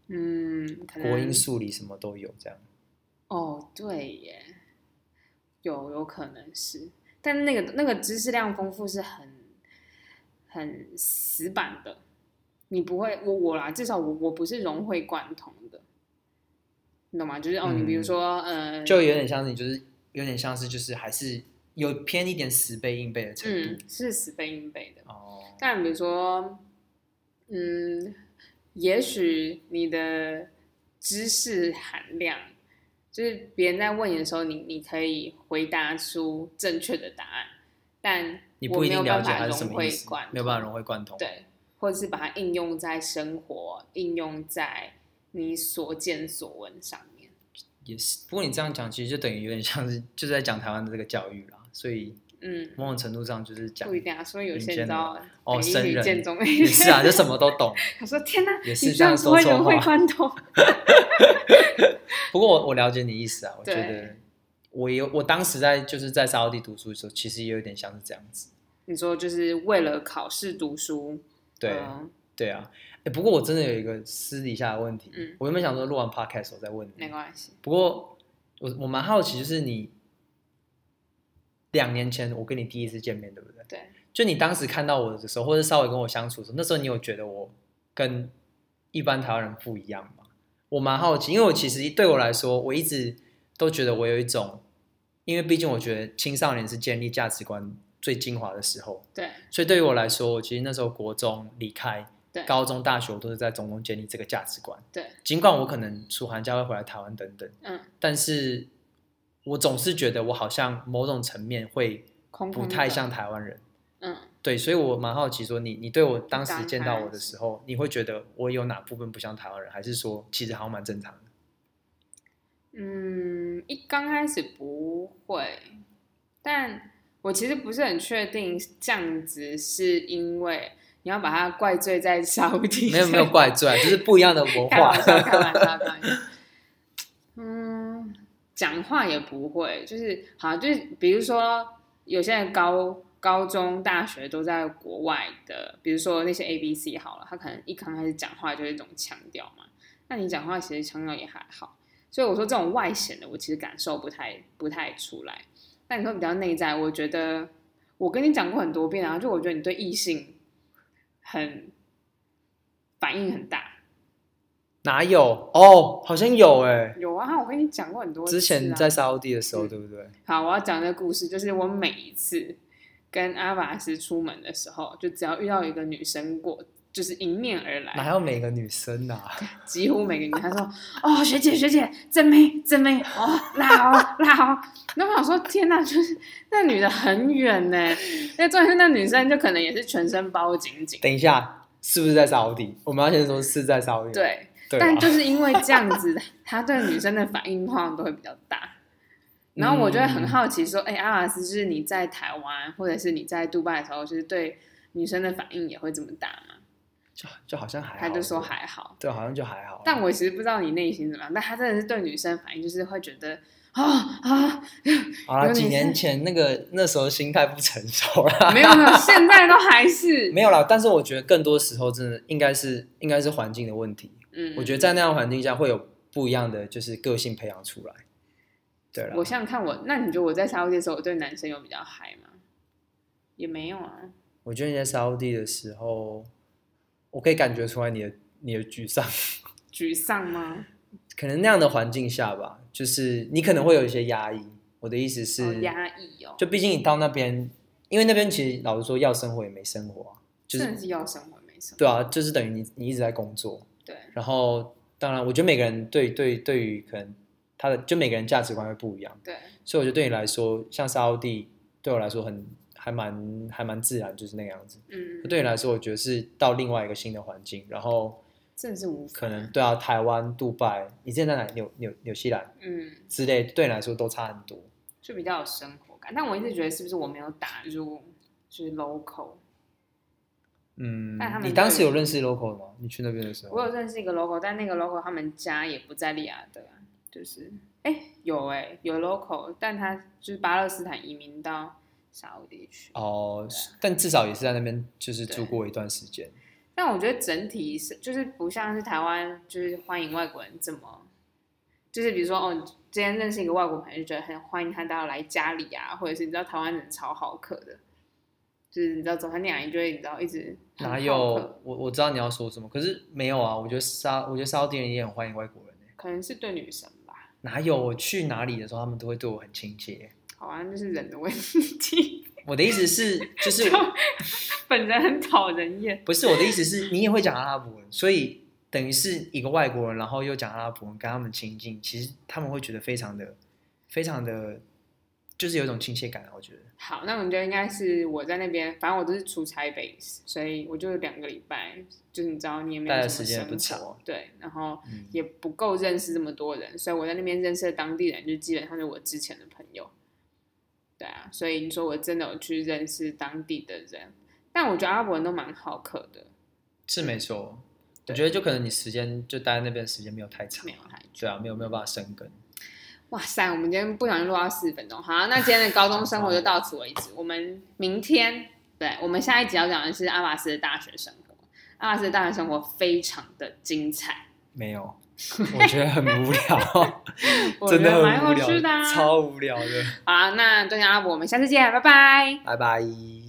B: 嗯，可能
A: 国英数理什么都有这样。
B: 哦，对耶，有有可能是，但那个那个知识量丰富是很很死板的，你不会我我啦，至少我我不是融会贯通的，你懂吗？就是哦，你比如
A: 嗯
B: 说呃，
A: 就有点像是你就是有点像是就是还是有偏一点死背硬背的程
B: 嗯
A: 度。
B: 是死背硬背的，
A: 哦，
B: 但比如说，嗯，也许你的知识含量，就是别人在问你的时候，你你可以回答出正确的答案，但
A: 你
B: 我
A: 不一
B: 没有
A: 定了
B: 办
A: 解
B: 法
A: 它是
B: 融
A: 什么
B: 会
A: 意思
B: 贯，
A: 没有办法
B: 通
A: 融会贯通。，
B: 对，或者是把它应用在生活，应用在你所见所闻上面。
A: 也是。不过你这样讲，其实就等于有点像是就是在讲台湾的这个教育啦，所以
B: 嗯，
A: 某种程度上就是讲
B: 不一定啊，所以有
A: 民
B: 些你
A: 间
B: 知
A: 的
B: 道
A: 哦，
B: 北一
A: 生
B: 女
A: 人
B: 建中
A: 也是
B: [laughs]
A: 啊，就什么都懂。
B: 他说：“天哪，
A: 也
B: 你
A: 是
B: 居
A: 这样
B: 然不
A: 说
B: 会
A: 错
B: 融会
A: 话
B: 贯通。”
A: 不过我我了解你意思啊，我觉
B: 对
A: 得我有我当时在就是在沙地读书的时候，其实也有点像是这样子。
B: 你说就是为了考试读书，
A: 对、
B: 嗯
A: 对啊，哎，不过我真的有一个私底下的问题，
B: 嗯
A: 我原本想说录完 podcast 的时候再问你，
B: 没关系。
A: 不过我我蛮好奇，就是你两年前我跟你第一次见面，对不对？
B: 对，
A: 就你当时看到我的时候，或者稍微跟我相处的时候，那时候你有觉得我跟一般台湾人不一样吗？我蛮好奇，因为我其实对我来说，我一直都觉得我有一种，因为毕竟我觉得青少年是建立价值观最精华的时候，
B: 对
A: 所以对于我来说，我其实那时候国中离开，
B: 对
A: 高中、大学我都是在从中建立这个价值观。
B: 对，
A: 尽管我可能暑寒假会回来台湾等等，
B: 嗯，
A: 但是我总是觉得我好像某种层面会
B: 空空
A: 不
B: 的
A: 太像，台湾人。
B: 嗯，
A: 对，所以我蛮好奇说你，你对我当时
B: 当
A: 见到
B: 然
A: 我的时候，你会觉得我有哪部分不像台湾人，还是说其实好像蛮正常的？
B: [laughs] 嗯，一刚开始不会，但我其实不是很确定这样子是因为你要把它怪罪在 [laughs] 烧底，
A: 没有没有怪罪啊，就是不一样的文
B: 开
A: 化
B: 玩。笑，开玩笑，开玩笑。嗯，讲话也不会，就是好，就是比如说有些人高高中、大学都在国外的，比如说那些 A、B、C 好了，他可能一刚开始讲话就是一种腔调嘛。那你讲话其实腔调也还好，所以我说这种外显的，我其实感受不太不太出来。那你说比较内在，我觉得我跟你讲过很多遍啊，就我觉得你对异性很反应很大，
A: 哪有？哦，好像有哎、
B: 有啊，我跟你讲过很多次、啊。
A: 之前在沙烏地的时候，
B: 嗯
A: 对不对？
B: 好，我要讲的故事就是我每一次跟阿瓦斯出门的时候，就只要遇到一个女生过，就是迎面而
A: 哪
B: 来，
A: 有每个女生啊呐、
B: 几乎每个女生她说：“哦，学姐学姐，真美真美，哦，辣哦辣哦。”那我想说，天哪，就是那女的很远呢。那重点是那女生就可能也是全身包紧紧，
A: 等一下，是不是在沙烏地？我们要先说是在沙烏地。，
B: 对。
A: 对啊
B: 但就是因为这样子， [laughs] 他对女生的反应通常都会比较大。然后我就会
A: 嗯
B: 很好奇说，哎、阿瓦斯就是你在台湾或者是你在杜拜的时候，就是对女生的反应也会这么大吗？
A: 就就好像还好，
B: 他就说还好，
A: 对，好像就还好。啊
B: 但我其实不知道你内心怎么样，但他真的是对女生反应就是会觉得啊啊，
A: [laughs] 好啦，
B: 有点
A: 几年
B: 像
A: 前那个那时候心态不成熟啦， [laughs]
B: 没有没有，现在都还是
A: 没有啦。但是我觉得更多时候真的应该是应该是环境的问题。
B: 嗯，
A: 我觉得在那样的环境下会有不一样的就是个性培养出来。对了
B: 我，想想看我，那你觉得我在沙地的时候，我对男生有比较嗨吗？也没有啊，
A: 我觉得你在沙地的时候，我可以感觉出来你的你的沮丧，
B: 沮丧吗？
A: 可能那样的环境下吧，就是你可能会有一些压抑。我的意思是，
B: 哦压抑哦，
A: 就毕竟你到那边，因为那边其实老实说要生活也没生活啊，就
B: 真
A: 是
B: 的是要生活没生活。
A: 对啊，就是等于你你一直在工作，
B: 对，
A: 然后当然，我觉得每个人对对对于可能他的就每个人价值观会不一样，
B: 对，
A: 所以我觉得对你来说，像沙欧地对我来说很还蛮还蛮自然，就是那个样子。
B: 嗯，
A: 对你来说，我觉得是到另外一个新的环境，然后
B: 真的是无法
A: 可能对啊，台湾、杜拜，你之前在哪里？纽纽纽西兰
B: 嗯，
A: 之类，对你来说都差很多。
B: 就比较有生活感。但我一直觉得是不是我没有打入就是 local，
A: 嗯
B: 但他，们
A: 你当时
B: 对
A: 有认识 local 的吗？你去那边的时候
B: 我，有认识一个 local，但那个 local 他们家也不在利雅得啊，就是哎、有哎、有 local，但他就是巴勒斯坦移民到沙乌地区。
A: 哦，但至少也是在那边就是住
B: 对
A: 过一段时间。
B: 但我觉得整体是就是不像是台湾，就是欢迎外国人这么，就是比如说哦，今天认识一个外国朋友，就觉得很欢迎他到来家里啊，或者是你知道台湾人超好客的，就是你知道早餐店阿姨就会你知道一直
A: 哪
B: 很好
A: 有
B: 客？
A: 我我知道你要说什么，可是没有啊。我觉得沙，我觉得沙地人也很欢迎外国人欸、
B: 可能是对女生吧，
A: 哪有？我去哪里的时候，他们都会对我很亲切。
B: 好啊，就是人的问题， [laughs]
A: 我的意思是，就是
B: 本人很讨人厌。
A: 不是我的意思是，你也会讲阿拉伯文，所以等于是一个外国人，然后又讲阿拉伯文，跟他们亲近，其实他们会觉得非常的、非常的，就是有一种亲切感啊。我觉得
B: 好，那我们就应该是我在那边，反正我都是出差 base，所以我就两个礼拜，就是你知道你也没
A: 待
B: 有
A: 的
B: 什
A: 时间
B: 么
A: 也不
B: 生
A: 长
B: 活，对，然后
A: 嗯
B: 也不够认识这么多人，所以我在那边认识的当地人就基本上是我之前的朋友，对啊，所以你说我真的有去认识当地的人，但我觉得阿拉伯人都蛮好客的，
A: 是没错。我
B: 对
A: 觉得就可能你时间就待在那边的时间没有太长
B: 没，有太
A: 对啊，没有没有办法生根。
B: 哇塞，我们今天不小心录到四十分钟。好，那今天的高中生活就到此为止。我们明天，对我们下一集要讲的是阿瓦斯的大学生活。阿瓦斯的大学生活非常的精彩，
A: 没有，我觉得很无聊。
B: [laughs] 我觉
A: 真的
B: 得蛮
A: 很无
B: 有
A: 聊
B: 趣的、啊。
A: 超无聊的。
B: 好，那就这样，我们下次见，拜拜。
A: 拜拜。